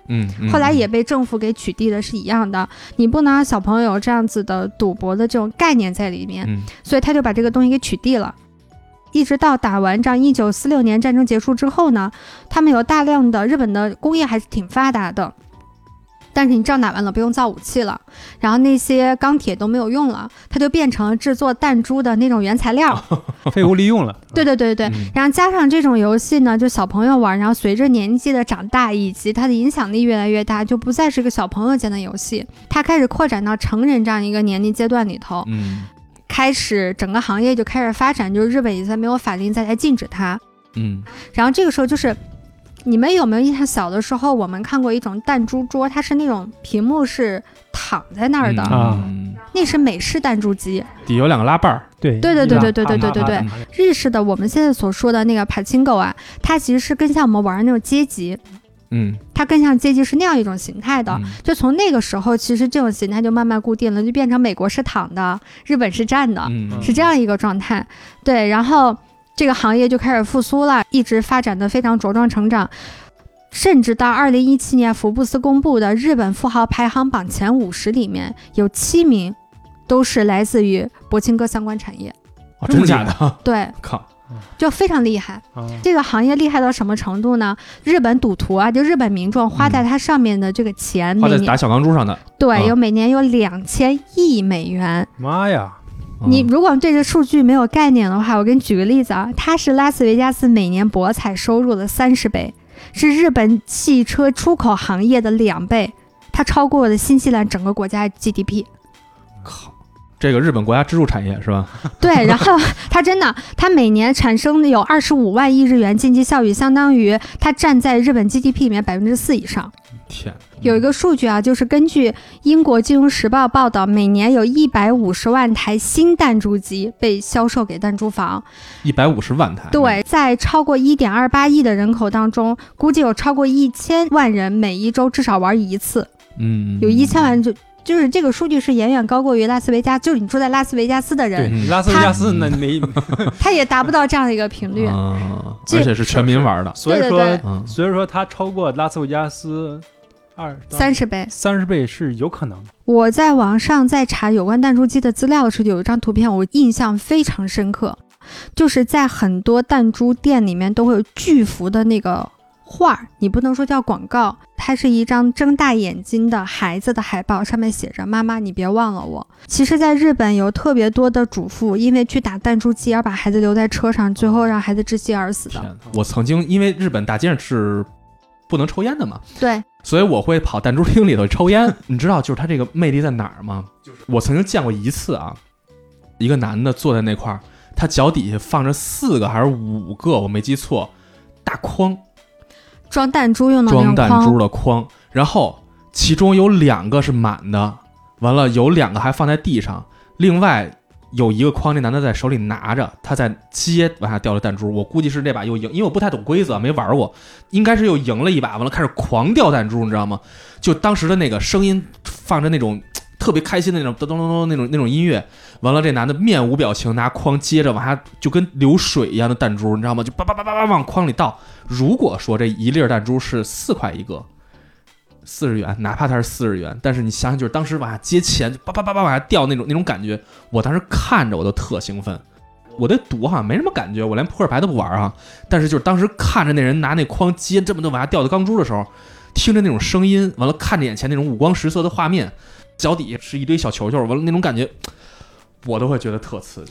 嗯，嗯后来也被政府给取缔的是一样的。你不能让小朋友有这样子的赌博的这种概念在里面，嗯所以他就把这个东西给取缔了。一直到打完仗，一九四六年战争结束之后呢，他们有大量的日本的工业还是挺发达的，但是你仗打完了不用造武器了，然后那些钢铁都没有用了，它就变成了制作弹珠的那种原材 [laughs] 料。嗯废物利用了。对对对对，嗯然后加上这种游戏呢，就小朋友玩，然后随着年纪的长大，以及它的影响力越来越大，就不再是个小朋友间的游戏，它开始扩展到成人这样一个年龄阶段里头，嗯开始整个行业就开始发展，就是日本已经没有法令再来禁止它。嗯然后这个时候就是，你们有没有印象？小的时候我们看过一种弹珠桌，它是那种屏幕是躺在那儿的，嗯啊嗯那是美式弹珠机。底有两个拉把儿，对 [laughs] 啊对对对对对对对对对对，日式的我们现在所说的那个 pachinko 啊，它其实是更像我们玩的那种街机。嗯，它更像阶级是那样一种形态的。嗯就从那个时候，其实这种形态就慢慢固定了，就变成美国是躺的，日本是站的，嗯啊是这样一个状态。对，然后这个行业就开始复苏了，一直发展的非常茁壮成长。甚至到二零一七年，福布斯公布的日本富豪排行榜前五十里面，有七名都是来自于铂金哥相关产业。哦这真么厉假害的？ [laughs] 对，靠，就非常厉害。啊这个行业厉害到什么程度呢？日本赌徒啊，就日本民众花在它上面的这个钱，花每在年打小钢珠上的，对啊有每年有两千亿美元。妈呀，嗯你如果对这数据没有概念的话，我给你举个例子啊，它是拉斯维加斯每年博彩收入的三十倍，是日本汽车出口行业的两倍，它超过了新西兰整个国家 [laughs] GDP。靠，这个日本国家支柱产业是吧？对，然后它真的，它每年产生的有二十五万亿日元经济效益，相当于它占在日本 GDP 里面百分之四以上。天，有一个数据啊，就是根据英国金融时报报道，每年有一百五十万台新弹珠机被销售给弹珠房。一百五十万台，对，在超过一点二八亿的人口当中，估计有超过一千万人每一周至少玩一次，嗯，嗯，有一千万就就是这个数据是远远高过于拉斯维加，就是你住在拉斯维加斯的对人，嗯拉斯维加斯那 [laughs] 没，他也达不到这样的一个频率。 [laughs] 啊，这而且是全民玩的，所以对对说对嗯，所以说它超过拉斯维加斯二三十倍，三十倍是有可能的。我在网上在查有关弹珠机的资料的时候，有一张图片我印象非常深刻，就是在很多弹珠店里面都会有巨幅的那个画儿，你不能说叫广告，它是一张睁大眼睛的孩子的海报，上面写着“妈妈，你别忘了我”。其实，在日本有特别多的主妇因为去打弹珠机而把孩子留在车上，最后让孩子窒息而死天的。哪，我曾经因为日本大街上是不能抽烟的嘛，对，所以我会跑弹珠厅里头抽烟。你知道，就是它这个魅力在哪儿吗？我曾经见过一次啊，一个男的坐在那块儿，他脚底下放着四个还是五个，我没记错，大筐装弹珠用的那装种弹珠筐，的筐，然后其中有两个是满的，完了有两个还放在地上，另外有一个筐，那男的在手里拿着，他在接往下掉的弹珠，我估计是那把又赢，因为我不太懂规则，没玩过，应该是又赢了一把，完了开始狂掉弹珠，你知道吗？就当时的那个声音放着那种。特别开心的那种咚咚咚咚那种那种音乐，完了这男的面无表情，拿筐接着往下就跟流水一样的弹珠，你知道吗？就叭叭叭叭叭往筐里倒，如果说这一粒儿弹珠是四块一个，四十元，哪怕它是四十元，但是你想想，就是当时往下接钱，就叭叭叭叭往下掉那种那种感觉，我当时看着我都特兴奋。我对赌好像没什么感觉，我连扑克牌都不玩啊。但是就是当时看着那人拿那筐接这么多往下掉的钢珠的时候，听着那种声音，完了看着眼前那种五光十色的画面，脚底下是一堆小球球，完了那种感觉，我都会觉得特刺激。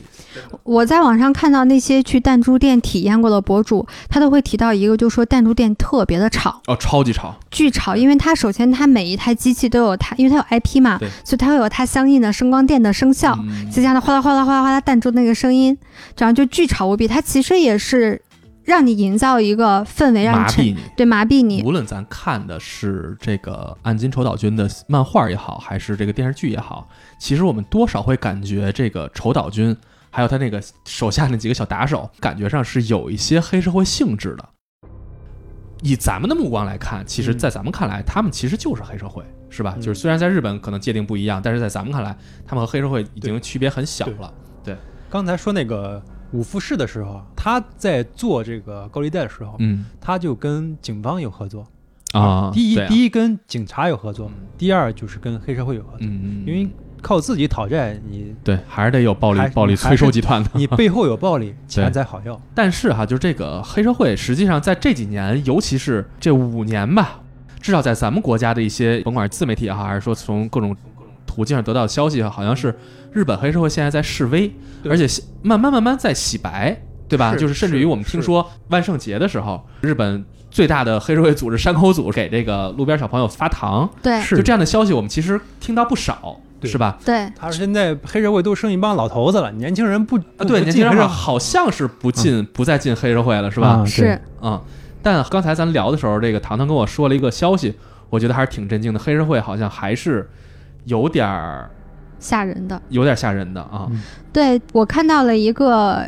我在网上看到那些去弹珠店体验过的博主，他都会提到一个，就说弹珠店特别的吵，哦，超级吵，巨吵，因为它首先它每一台机器都有它，因为它有 IP 嘛对，所以它会有它相应的声光电的声效，嗯再加上哗啦哗啦哗啦哗啦弹珠那个声音，这样就巨吵无比。它其实也是让你营造一个氛围，让麻你沉痹你。对麻痹你。无论咱看的是这个岸金丑岛君的漫画也好，还是这个电视剧也好，其实我们多少会感觉这个丑岛君还有他那个手下那几个小打手，感觉上是有一些黑社会性质的。以咱们的目光来看，其实，嗯在咱们看来，他们其实就是黑社会，是吧？嗯就是虽然在日本可能界定不一样，但是在咱们看来，他们和黑社会已经区别很小了。嗯刚才说那个五富士的时候，他在做这个高利贷的时候，嗯他就跟警方有合作。啊，第一，对啊第一跟警察有合作嗯，第二就是跟黑社会有合作。嗯，嗯因为靠自己讨债， [laughs] 你对还是得有暴力还暴力还催是收集团的。你背后有暴力，钱才好要。但是哈，就是这个黑社会，实际上在这几年，尤其是这五年吧，至少在咱们国家的一些，甭管是自媒体也好，还是说从各种途径上得到的消息，好像是日本黑社会现在在示威，对而且洗慢慢慢慢在洗白，对吧？是就是甚至于我们是听说万圣节的时候，日本最大的黑社会组织山口组给这个路边小朋友发糖，对是就这样的消息，我们其实听到不少，对是吧？对，他说现在黑社会都剩一帮老头子了，年轻人不啊，对，不年进轻黑人社会好像是不进、不再进黑社会了，是吧？啊对是嗯啊、但刚才咱聊的时候，这个糖糖跟我说了一个消息，我觉得还是挺震惊的。黑社会好像还是有点儿吓人的。有点吓人的啊。嗯对我看到了一个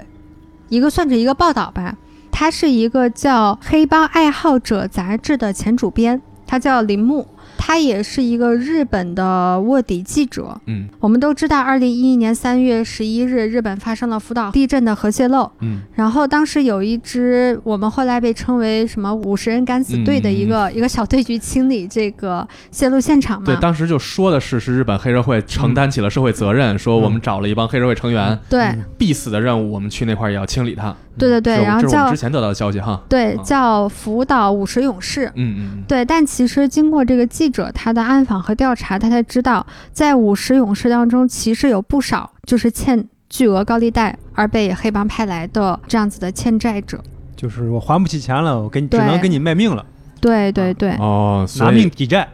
一个算是一个报道吧，他是一个叫《黑帮爱好者》杂志的前主编，他叫铃木，他也是一个日本的卧底记者。嗯我们都知道，二零一一年三月十一日，日本发生了福岛地震的核泄漏，嗯然后当时有一支我们后来被称为什么五十人敢死队的一个、一个小队去清理这个泄漏现场嘛，嗯对，当时就说的是是日本黑社会承担起了社会责任，说我们找了一帮黑社会成员、嗯对嗯必死的任务，我们去那块儿也要清理他。对对对这是我然后这是我们叫之前得到的消息哈。对啊叫福岛五十勇士，嗯嗯对，但其实经过这个记者他的暗访和调查，他才知道，在五十勇士当中，其实有不少就是欠巨额高利贷而被黑帮派来的这样子的欠债者。就是我还不起钱了，我给你只对能给你卖命了，对对对，嗯。哦，拿所以命抵债。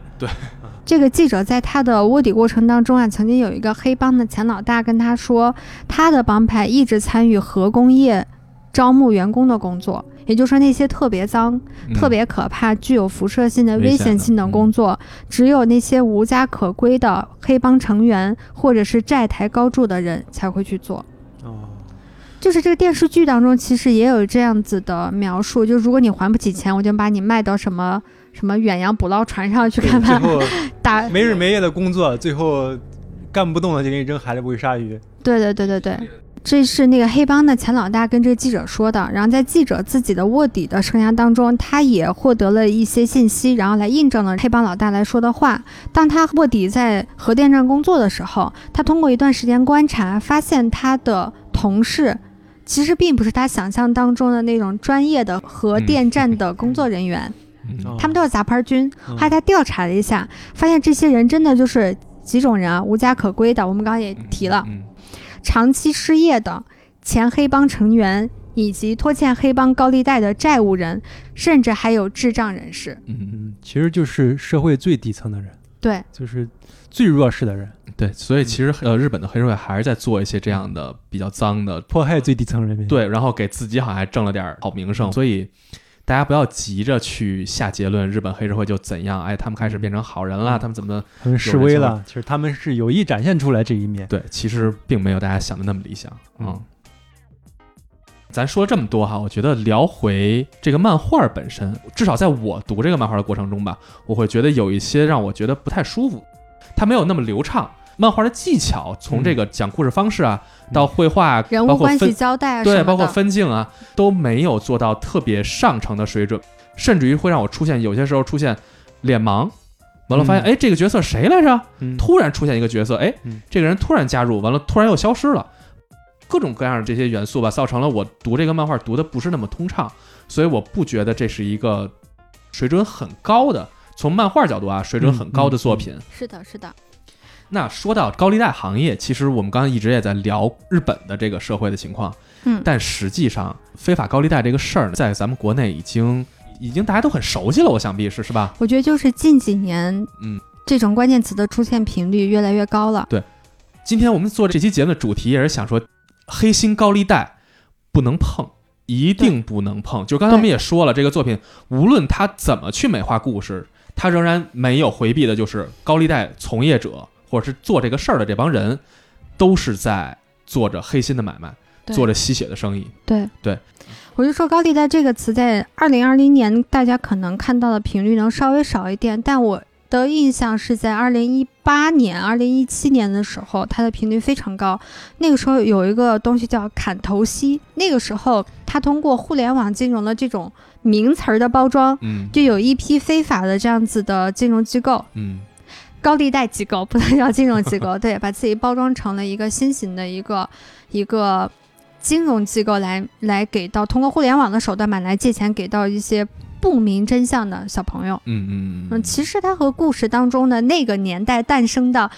这个记者在他的卧底过程当中啊，曾经有一个黑帮的前老大跟他说，他的帮派一直参与核工业招募员工的工作，也就是说那些特别脏、特、别可怕、具有辐射性的嗯危危险险的性的嗯工作，只有那些无家可归的黑帮成员或者是债台高筑的人才会去做。哦，就是这个电视剧当中，其实也有这样子的描述，就如果你还不起钱，我就把你卖到什么什么远洋捕捞船上去看最看后打。没日没夜的工作，最后干不动了就给你扔海里不会鲨鱼。对对对对对，这是那个黑帮的前老大跟这个记者说的。然后在记者自己的卧底的生涯当中，他也获得了一些信息，然后来印证了黑帮老大来说的话。当他卧底在核电站工作的时候，他通过一段时间观察，发现他的同事。其实并不是他想象当中的那种专业的核电站的工作人员，嗯、他们都是杂牌军。嗯后来他调查了一下，发现这些人真的就是几种人啊，无家可归的。我们刚刚也提了，嗯长期失业的前黑帮成员，以及拖欠黑帮高利贷的债务人，甚至还有智障人士。嗯嗯，嗯，其实就是社会最底层的人，对就是最弱势的人。嗯对，所以其实呃，日本的黑社会还是在做一些这样的比较脏的，迫害最底层人民。，对，然后给自己好像还挣了点儿好名声，所以大家不要急着去下结论，日本黑社会就怎样，哎，他们开始变成好人啦，他们怎么他们示威了，其实他们是有意展现出来这一面。对，其实并没有大家想的那么理想。嗯，咱说了这么多哈，我觉得聊回这个漫画本身，至少在我读这个漫画的过程中吧，我会觉得有一些让我觉得不太舒服，它没有那么流畅。漫画的技巧，从这个讲故事方式啊，嗯到绘画，人包物括关系分交代啊什么对，的，包括分镜啊，都没有做到特别上乘的水准，甚至于会让我出现有些时候出现脸盲，完了发现嗯哎、这个角色谁来着？嗯突然出现一个角色，哎嗯，这个人突然加入，完了突然又消失了，各种各样的这些元素吧，造成了我读这个漫画读的不是那么通畅，所以我不觉得这是一个水准很高的，从漫画角度啊嗯水准很高的作品。是的，是的，那说到高利贷行业，其实我们刚刚一直也在聊日本的这个社会的情况，嗯，但实际上非法高利贷这个事儿呢，在咱们国内已经已经大家都很熟悉了，我想必是是吧？我觉得就是近几年，嗯，这种关键词的出现频率越来越高了。今天我们做这期节目的主题也是想说，黑心高利贷不能碰，一定不能碰。就刚才我们也说了，这个作品无论他怎么去美化故事，他仍然没有回避的，就是高利贷从业者或者是做这个事儿的这帮人，都是在做着黑心的买卖，对做着吸血的生意。对对，我就说高利贷这个词在二零二零年大家可能看到的频率能稍微少一点，但我的印象是在二零一八年、二零一七年的时候，它的频率非常高。那个时候有一个东西叫砍头息，那个时候它通过互联网金融的这种名词儿的包装，嗯就有一批非法的这样子的金融机构，嗯，高利贷机构，不能叫金融机 [laughs] 构，对，把自己包装成了一个新型的一个一个金融机构来来给到通过互联网的手段吧来借钱给到一些不明真相的小朋友。嗯嗯嗯，其实它和故事当中的那个年代诞生的。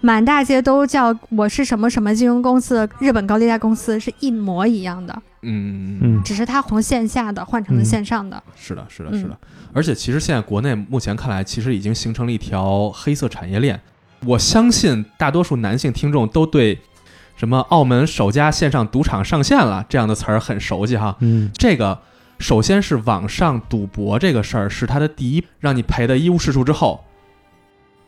满大街都叫我是什么什么金融公司的日本高利贷公司是一模一样的，嗯嗯，嗯，只是它从线下的换成了嗯线上的。是的，嗯是的，是的。而且其实现在国内目前看来，其实已经形成了一条黑色产业链。我相信大多数男性听众都对什么澳门首家线上赌场上线了这样的词儿很熟悉哈。嗯，这个首先是网上赌博这个事儿是它的第一，让你赔的一无是处之后，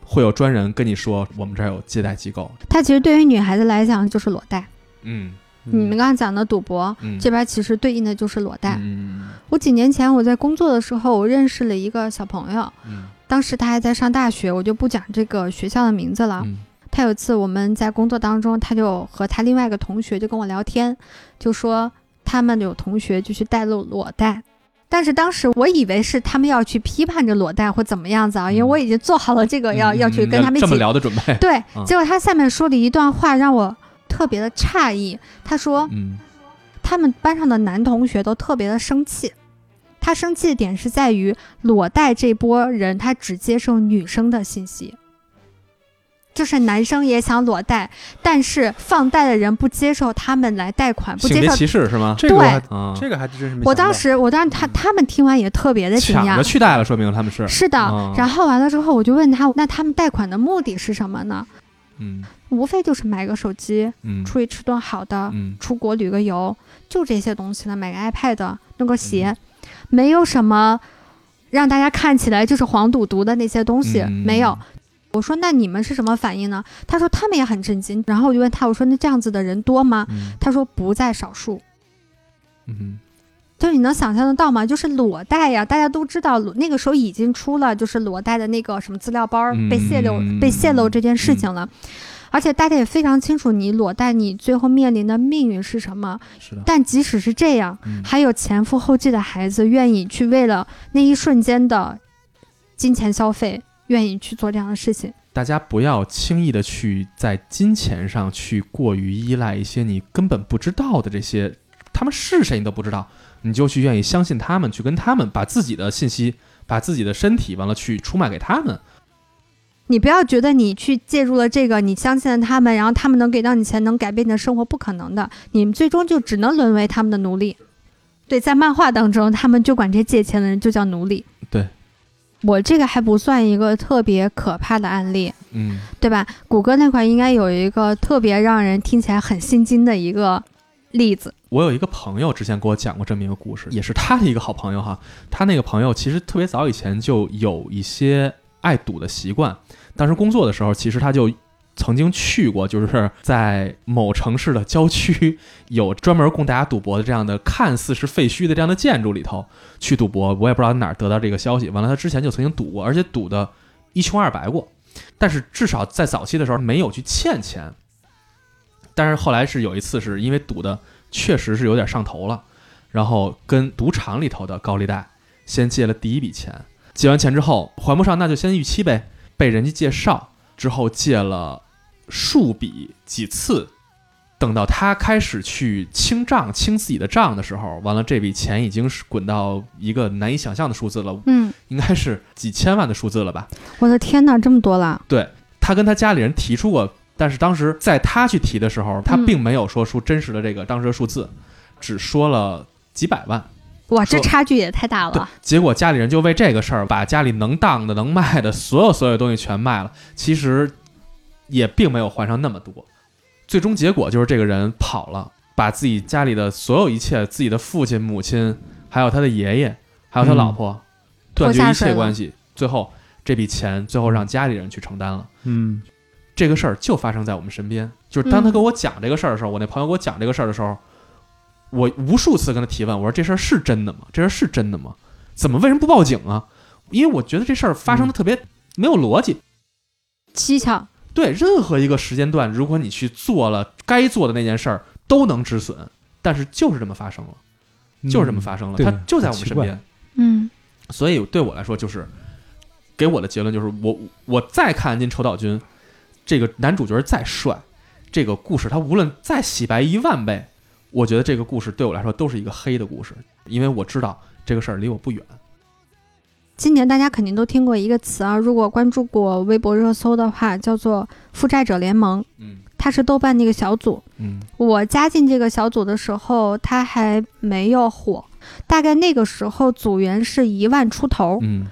会有专人跟你说我们这儿有借贷机构。它其实对于女孩子来讲就是裸贷，嗯你们刚才讲的赌博，嗯，这边其实对应的就是裸贷。嗯我几年前我在工作的时候，我认识了一个小朋友，嗯当时他还在上大学，我就不讲这个学校的名字了。嗯他有一次我们在工作当中，他就和他另外一个同学就跟我聊天，就说他们有同学就去带露裸贷。但是当时我以为是他们要去批判着裸贷或怎么样子啊，因为嗯我已经做好了这个要、嗯要去跟他们一这么起聊的准备。对啊。结果他下面说了一段话让我特别的诧异，他说：“嗯他们班上的男同学都特别的生气。他生气的点是在于裸贷这波人，他只接受女生的信息，就是男生也想裸贷，但是放贷的人不接受他们来贷款，不性接别受。歧视是吗？这个我还啊，这个还真是没想到。我当时，我当时他他们听完也特别的惊嗯抢讶，着去贷了，说明他们是是的。啊然后完了之后，我就问他，那他们贷款的目的是什么呢？嗯无非就是买个手机，嗯出去吃顿好的，嗯出国旅个游，就这些东西呢，买个 iPad，弄个鞋，嗯没有什么让大家看起来就是黄赌毒的那些东西，嗯没有。我说那你们是什么反应呢？他说他们也很震惊。然后我就问他，我说那这样子的人多吗？嗯他说不在少数。嗯就是你能想象得到吗？就是裸贷呀，大家都知道，那个时候已经出了就是裸贷的那个什么资料包儿嗯被泄露、嗯被泄露这件事情了。而且大家也非常清楚，你裸贷你最后面临的命运是什么。是的，但即使是这样，嗯还有前赴后继的孩子愿意去为了那一瞬间的金钱消费，愿意去做这样的事情。大家不要轻易的去在金钱上去过于依赖一些你根本不知道的这些，他们是谁你都不知道，你就去愿意相信他们，去跟他们把自己的信息、把自己的身体完了去出卖给他们。你不要觉得你去介入了这个，你相信了他们，然后他们能给到你钱，能改变你的生活，不可能的。你们最终就只能沦为他们的奴隶。对，在漫画当中，他们就管这借钱的人就叫奴隶。对，我这个还不算一个特别可怕的案例，嗯，对吧？谷歌那块应该有一个特别让人听起来很心惊的一个例子，我有一个朋友之前给我讲过这么一个故事，也是他的一个好朋友哈。他那个朋友其实特别早以前就有一些爱赌的习惯，当时工作的时候，其实他就曾经去过，就是在某城市的郊区有专门供大家赌博的这样的看似是废墟的这样的建筑里头去赌博。我也不知道哪儿得到这个消息。完了，他之前就曾经赌过，而且赌的一穷二白过，但是至少在早期的时候没有去欠钱。但是后来是有一次是因为赌的。确实是有点上头了，然后跟赌场里头的高利贷先借了第一笔钱，借完钱之后还不上，那就先逾期呗。被人家介绍之后借了数笔几次，等到他开始去清账、清自己的账的时候，完了这笔钱已经是滚到一个难以想象的数字了，嗯，应该是几千万的数字了吧？我的天哪，这么多了，对他跟他家里人提出过，但是当时在他去提的时候，嗯他并没有说出真实的这个当时的数字，只说了几百万。哇，这说差距也太大对了，，结果家里人就为这个事儿把家里能当的、能卖的所有所有东西全卖了，其实也并没有还上那么多。最终结果就是这个人跑了，把自己家里的所有一切，自己的父亲、母亲，还有他的爷爷，还有他老婆，断绝嗯拖下一水切了关系。最后这笔钱最后让家里人去承担了。嗯，这个事儿就发生在我们身边。就是当他嗯跟我讲这个事儿的时候，我那朋友给我讲这个事儿的时候，我无数次跟他提问，我说这事儿是真的吗？这事儿是真的吗？怎么为什么不报警啊？因为我觉得这事儿发生的特别没有逻辑。蹊跷，对任何一个时间段，如果你去做了该做的那件事儿，都能止损，但是就是这么发生了，就是这么发生了，对它就在我们很奇身怪边。嗯所以对我来说，就是给我的结论就是我，我再看见丑岛君这个男主角再帅，这个故事他无论再洗白一万倍，我觉得这个故事对我来说都是一个黑的故事，因为我知道这个事儿离我不远。今年大家肯定都听过一个词啊，如果关注过微博热搜的话，叫做“负债者联盟嗯”，它是豆瓣的一个小组。嗯我加进这个小组的时候，它还没有火，大概那个时候组员是一万出头。嗯，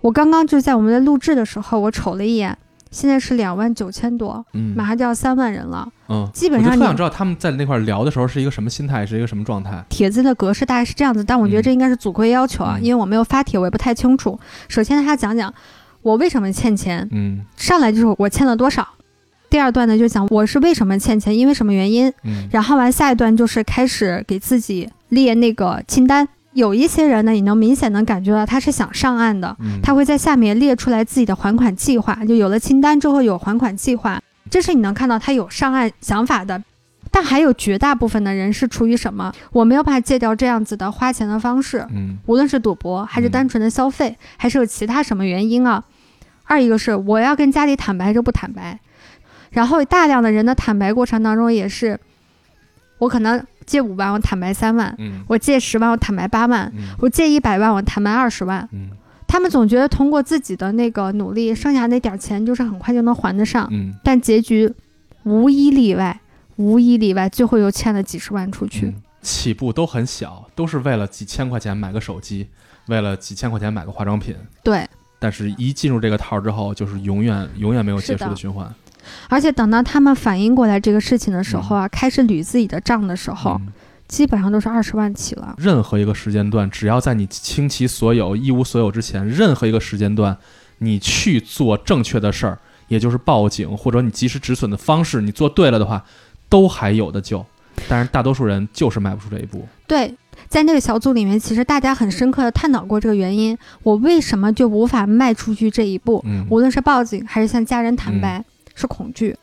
我刚刚就在我们在录制的时候，我瞅了一眼，现在是两万九千多，嗯马上就要三万人了。嗯，基我本就上特想你知道他们在那块儿聊的时候是一个什么心态，是一个什么状态。帖子的格式大概是这样子，但我觉得嗯这应该是组规要求啊，嗯因为我没有发帖，我也不太清楚。首先，他讲讲我为什么欠钱，嗯上来就是我欠了多少。第二段呢，就讲我是为什么欠钱，因为什么原因。嗯然后完下一段就是开始给自己列那个清单。有一些人呢，你能明显能感觉到他是想上岸的，嗯，他会在下面列出来自己的还款计划。就有了清单之后有还款计划，这是你能看到他有上岸想法的。但还有绝大部分的人是出于什么？我没有办法戒掉这样子的花钱的方式，嗯无论是赌博，还是单纯的消费，还是有其他什么原因啊。二一个是我要跟家里坦白还是不坦白，然后大量的人的坦白过程当中也是，我可能借五万我坦白三万，嗯我借十万我坦白八万，嗯我借一百万我坦白二十万。嗯他们总觉得通过自己的那个努力，剩下那点儿钱就是很快就能还得上，嗯，但结局无一例外，无一例外，最后又欠了几十万出去。嗯起步都很小，都是为了几千块钱买个手机，为了几千块钱买个化妆品。对，但是，一进入这个套儿之后，就是永远永远没有是结的束的循环。而且等到他们反应过来这个事情的时候啊，开始捋自己的账的时候，嗯基本上都是二十万起了。任何一个时间段，只要在你倾其所有、一无所有之前，任何一个时间段，你去做正确的事儿，也就是报警或者你及时止损的方式，你做对了的话，都还有的救。但是大多数人就是迈不出这一步。对，在那个小组里面，其实大家很深刻的探讨过这个原因：我为什么就无法迈出去这一步？嗯，无论是报警还是向家人坦白，是恐惧。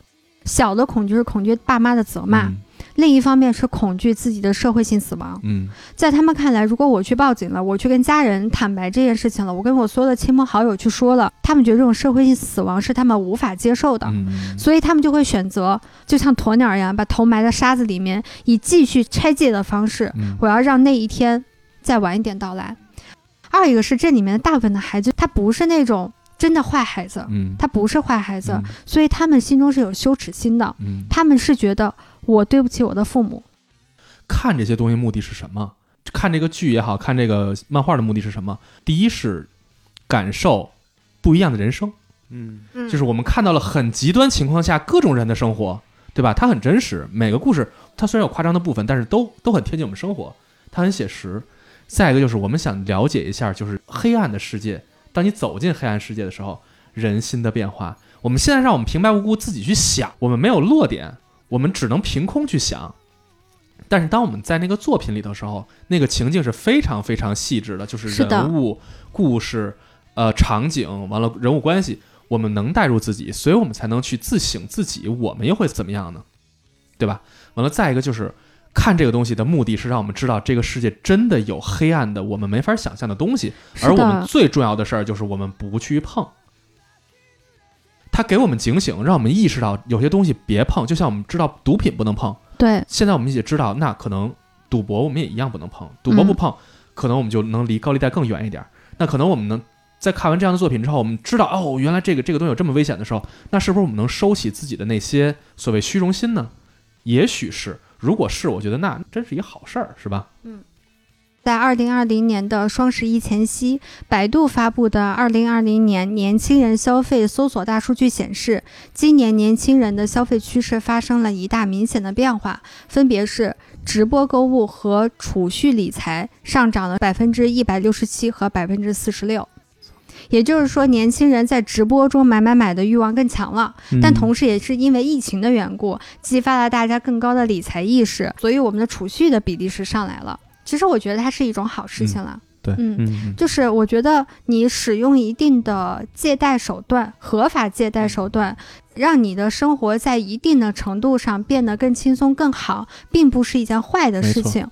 小的恐惧是恐惧爸妈的责骂，嗯另一方面是恐惧自己的社会性死亡。嗯在他们看来，如果我去报警了，我去跟家人坦白这件事情了，我跟我所有的亲朋好友去说了，他们觉得这种社会性死亡是他们无法接受的。嗯嗯所以他们就会选择，就像鸵鸟一样，把头埋在沙子里面，以继续拆解的方式，嗯我要让那一天再晚一点到来。二一个是这里面的大部分的孩子，他不是那种真的坏孩子，嗯，他不是坏孩子，嗯所以他们心中是有羞耻心的，嗯，他们是觉得我对不起我的父母，看这些东西目的是什么？看这个剧也好看，这个漫画的目的是什么？第一是感受不一样的人生，嗯，嗯就是我们看到了很极端情况下各种人的生活，对吧？它很真实，每个故事它虽然有夸张的部分，但是都都很贴近我们生活，它很写实。再一个就是我们想了解一下，就是黑暗的世界。当你走进黑暗世界的时候，人心的变化。我们现在让我们平白无故自己去想，我们没有落点，我们只能凭空去想。但是当我们在那个作品里头的时候，那个情境是非常非常细致的，就是是的人物、故事、呃场景，完了人物关系，我们能带入自己，所以我们才能去自省自己，我们又会怎么样呢？对吧？完了，再一个就是看这个东西的目的是让我们知道这个世界真的有黑暗的，我们没法想象的东西，是而我们的，最重要的事儿就是我们不去碰。它给我们警醒，让我们意识到有些东西别碰，就像我们知道毒品不能碰，对，现在我们也知道，那可能赌博我们也一样不能碰，赌博不碰，可能我们就能离高利贷更远一点儿。那可能我们能在看完这样的作品之后，我们知道哦，原来这个这个东西有这么危险的时候，那是不是我们能收起自己的那些所谓虚荣心呢？也许是，如果是，我觉得那真是一好事儿，是吧？在二零二零年的双十一前夕，百度发布的《二零二零年年轻人消费搜索大数据》显示，今年年轻人的消费趋势发生了一大明显的变化，分别是直播购物和储蓄理财上涨了百分之一百六十七和百分之四十六。也就是说，年轻人在直播中买买买的欲望更强了，但同时也是因为疫情的缘故，激发了大家更高的理财意识，所以我们的储蓄的比例是上来了。其实我觉得它是一种好事情了。对嗯，嗯，就是我觉得你使用一定的借贷手段，合法借贷手段，让你的生活在一定的程度上变得更轻松、更好，并不是一件坏的事情。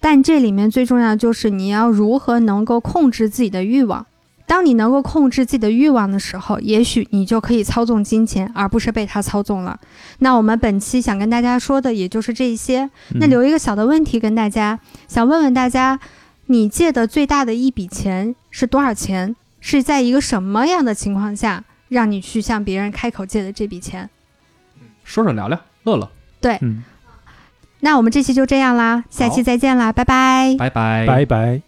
但这里面最重要的就是你要如何能够控制自己的欲望。当你能够控制自己的欲望的时候，也许你就可以操纵金钱，而不是被它操纵了。那我们本期想跟大家说的也就是这一些。嗯那留一个小的问题跟大家，想问问大家，你借的最大的一笔钱是多少钱？是在一个什么样的情况下让你去向别人开口借的这笔钱？说说聊聊，乐乐，嗯，那我们这期就这样啦，下期再见啦，拜拜。拜拜，拜拜。